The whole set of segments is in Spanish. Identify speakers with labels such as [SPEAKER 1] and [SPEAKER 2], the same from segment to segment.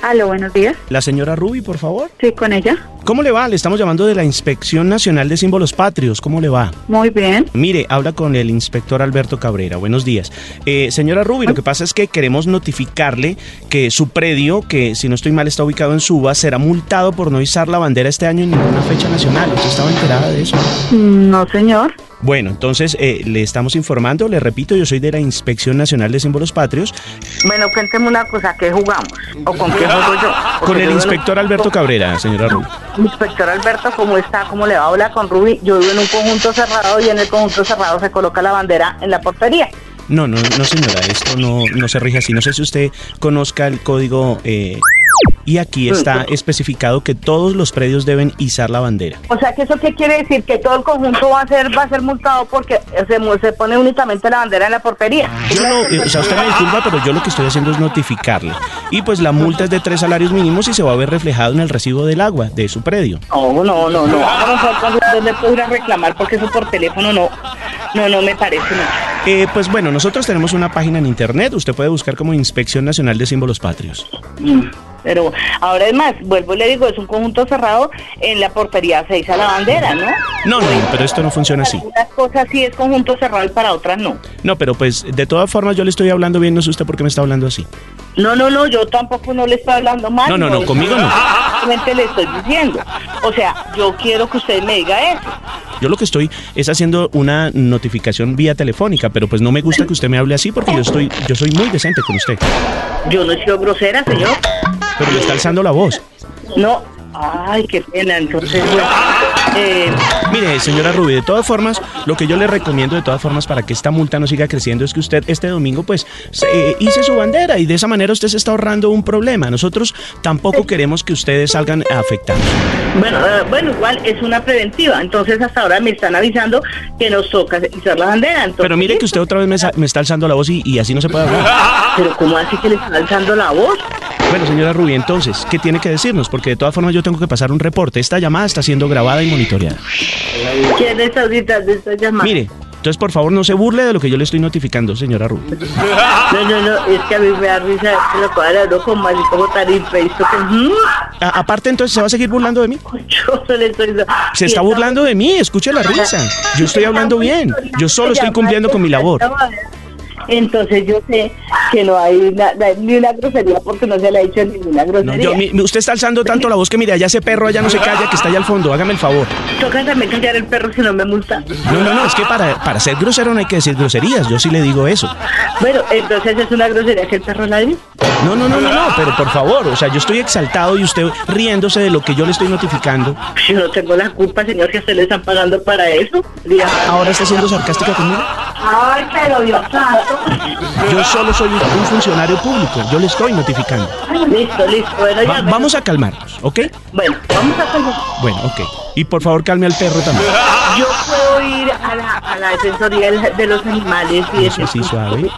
[SPEAKER 1] Aló, buenos días.
[SPEAKER 2] La señora Ruby, por favor.
[SPEAKER 1] Sí, con ella.
[SPEAKER 2] ¿Cómo le va? Le estamos llamando de la Inspección Nacional de Símbolos Patrios. ¿Cómo le va?
[SPEAKER 1] Muy bien.
[SPEAKER 2] Mire, habla con el inspector Alberto Cabrera. Buenos días. Eh, señora Ruby, lo que pasa es que queremos notificarle que su predio, que si no estoy mal está ubicado en Suba, será multado por no izar la bandera este año en ninguna fecha nacional. ¿Usted estaba enterada de eso?
[SPEAKER 1] Mm, No, señor.
[SPEAKER 2] Bueno, entonces eh, le estamos informando, le repito, yo soy de la Inspección Nacional de Símbolos Patrios,
[SPEAKER 3] Bueno, cuénteme una cosa, ¿qué jugamos? ¿O con qué juego yo? Porque
[SPEAKER 2] con el
[SPEAKER 3] yo-
[SPEAKER 2] inspector Alberto Cabrera, señora Ruby.
[SPEAKER 3] El inspector Alberto, ¿cómo está? ¿Cómo le va a hablar con Ruby? Yo vivo en un conjunto cerrado y en el conjunto cerrado se coloca la bandera en la portería.
[SPEAKER 2] No, no, no señora, esto no, no se rige así. No sé si usted conozca el código eh, y aquí está especificado que todos los predios deben izar la bandera.
[SPEAKER 3] O sea, que eso qué quiere decir que todo el conjunto va a ser va a ser multado porque se, mu- se pone únicamente la bandera en la portería.
[SPEAKER 2] Yo no, eh, o sea, usted me disculpa, pero yo lo que estoy haciendo es notificarle. Y pues la multa es de tres salarios mínimos y se va a ver reflejado en el recibo del agua de su predio.
[SPEAKER 3] Oh, no, no, no. Vamos a ver dónde puedo ir a reclamar porque eso por teléfono no, no, no me parece mucho.
[SPEAKER 2] Eh, pues bueno, nosotros tenemos una página en internet, usted puede buscar como Inspección Nacional de Símbolos Patrios.
[SPEAKER 3] Mm, Pero ahora es más, vuelvo y le digo, es un conjunto cerrado, en la portería se iza la bandera, ¿no?
[SPEAKER 2] No, no, pero esto no funciona así.
[SPEAKER 3] Para algunas cosas sí es conjunto cerrado y para otras no.
[SPEAKER 2] No, pero pues de todas formas yo le estoy hablando bien, no sé usted por qué me está hablando así.
[SPEAKER 3] No, no, no, yo tampoco no le estoy hablando mal.
[SPEAKER 2] No, no, no,
[SPEAKER 3] yo
[SPEAKER 2] conmigo no.
[SPEAKER 3] Simplemente le estoy diciendo. O sea, yo quiero que usted me diga eso.
[SPEAKER 2] Yo lo que estoy es haciendo una notificación vía telefónica, pero pues no me gusta que usted me hable así porque yo estoy, yo soy muy decente con usted.
[SPEAKER 3] Yo no he sido grosera, señor.
[SPEAKER 2] Pero le está alzando la voz.
[SPEAKER 3] No. Ay, qué pena, entonces, bueno, eh,
[SPEAKER 2] Mire, señora Rubí, de todas formas, lo que yo le recomiendo de todas formas para que esta multa no siga creciendo es que usted este domingo pues se, eh, hice su bandera y de esa manera usted se está ahorrando un problema. Nosotros tampoco queremos que ustedes salgan afectados.
[SPEAKER 3] bueno, eh, bueno, igual es una preventiva. Entonces, hasta ahora me están avisando que nos toca izar la bandera. Entonces,
[SPEAKER 2] Pero mire que usted otra vez me, sa- me está alzando la voz y, y así no se puede hablar.
[SPEAKER 3] Pero ¿cómo así que le están alzando la voz?
[SPEAKER 2] Bueno, señora Rubí, entonces, ¿qué tiene que decirnos? Porque de todas formas yo tengo que pasar un reporte. Esta llamada está siendo grabada y monitoreada.
[SPEAKER 3] ¿Quién es ahorita de esta llamada?
[SPEAKER 2] Mire, entonces por favor no se burle de lo que yo le estoy notificando, señora Rubio.
[SPEAKER 3] No, no, no, es que a mí me da risa que lo cual habló con Mari como tan imprevisto que... ujú,
[SPEAKER 2] A- aparte entonces se va a seguir burlando de mí.
[SPEAKER 3] Yo no le estoy...
[SPEAKER 2] Se está burlando de mí, escuche la risa. Yo estoy hablando bien, yo solo estoy cumpliendo con mi labor.
[SPEAKER 3] Entonces yo sé que no hay na- na- ni una grosería porque no se le ha dicho ninguna
[SPEAKER 2] No,
[SPEAKER 3] grosería.
[SPEAKER 2] yo- mi- mi- usted está alzando tanto la voz que mire, allá ese perro allá no se calla, que está allá al fondo, hágame el favor.
[SPEAKER 3] Toca también callar el perro si no me multa.
[SPEAKER 2] No, no, no, es que para, para ser grosero no hay que decir groserías, yo sí le digo eso.
[SPEAKER 3] Bueno, entonces es una grosería que el perro ladre.
[SPEAKER 2] No, no, no, no, no, pero por favor, o sea, yo estoy exaltado y usted riéndose de lo que yo le estoy notificando.
[SPEAKER 3] Yo no tengo la culpa, señor, que se le están pagando para eso. Diga,
[SPEAKER 2] Ahora está siendo sarcástica conmigo.
[SPEAKER 3] Ay, pero Dios santo.
[SPEAKER 2] Yo solo soy un un funcionario público, yo le estoy notificando.
[SPEAKER 3] Listo, listo. Bueno, ya,
[SPEAKER 2] Va- vamos a calmarnos, ¿ok?
[SPEAKER 3] Bueno, vamos a calmar.
[SPEAKER 2] Bueno, ok. Y por favor calme al perro también.
[SPEAKER 3] Yo puedo ir a la, a la defensoría del- de los animales y
[SPEAKER 2] Eso sí, suave.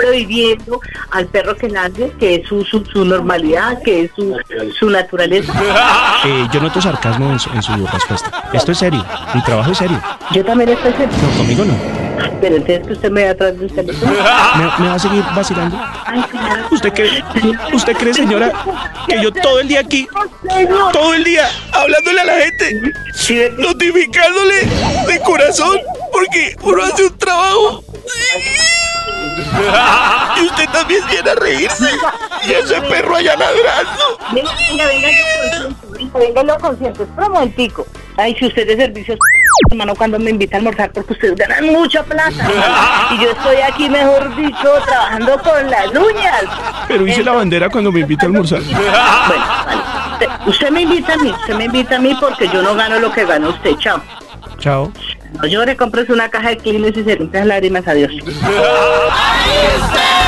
[SPEAKER 3] prohibiendo al perro que nace, que es su, su, su normalidad, que es su, su naturaleza.
[SPEAKER 2] Eh, yo noto sarcasmo en su, en su respuesta. Esto es serio. Mi trabajo es serio.
[SPEAKER 3] Yo también estoy sentado,
[SPEAKER 2] No, conmigo no.
[SPEAKER 3] pero entonces que usted me va atrás del teléfono.
[SPEAKER 2] ¿Me, me va a seguir vacilando?
[SPEAKER 3] Ay, claro.
[SPEAKER 2] ¿Usted cree, ¿Usted cree, señora, que yo todo el día aquí,
[SPEAKER 3] Señor,
[SPEAKER 2] todo el día, hablándole a la gente,
[SPEAKER 3] sí, ve que-
[SPEAKER 2] notificándole de corazón, porque uno hace un trabajo? Y usted también viene a reírse. Y ese perro allá ladrando.
[SPEAKER 3] venga, venga, venga, yo lo consiento, venga, lo consiento, espera un momentico. Ay, si usted es de servicios, hermano, cuando me invita a almorzar, porque ustedes ganan mucha plata. Y yo estoy aquí, mejor dicho, trabajando con las uñas.
[SPEAKER 2] Pero hice la bandera cuando me invita a almorzar.
[SPEAKER 3] Bueno, vale. Te- Usted me invita a mí, usted me invita a mí porque yo no gano lo que gana usted, chao.
[SPEAKER 2] Chao.
[SPEAKER 3] No llore, compres una caja de clines y se limpia las lágrimas, adiós.
[SPEAKER 4] Ahí está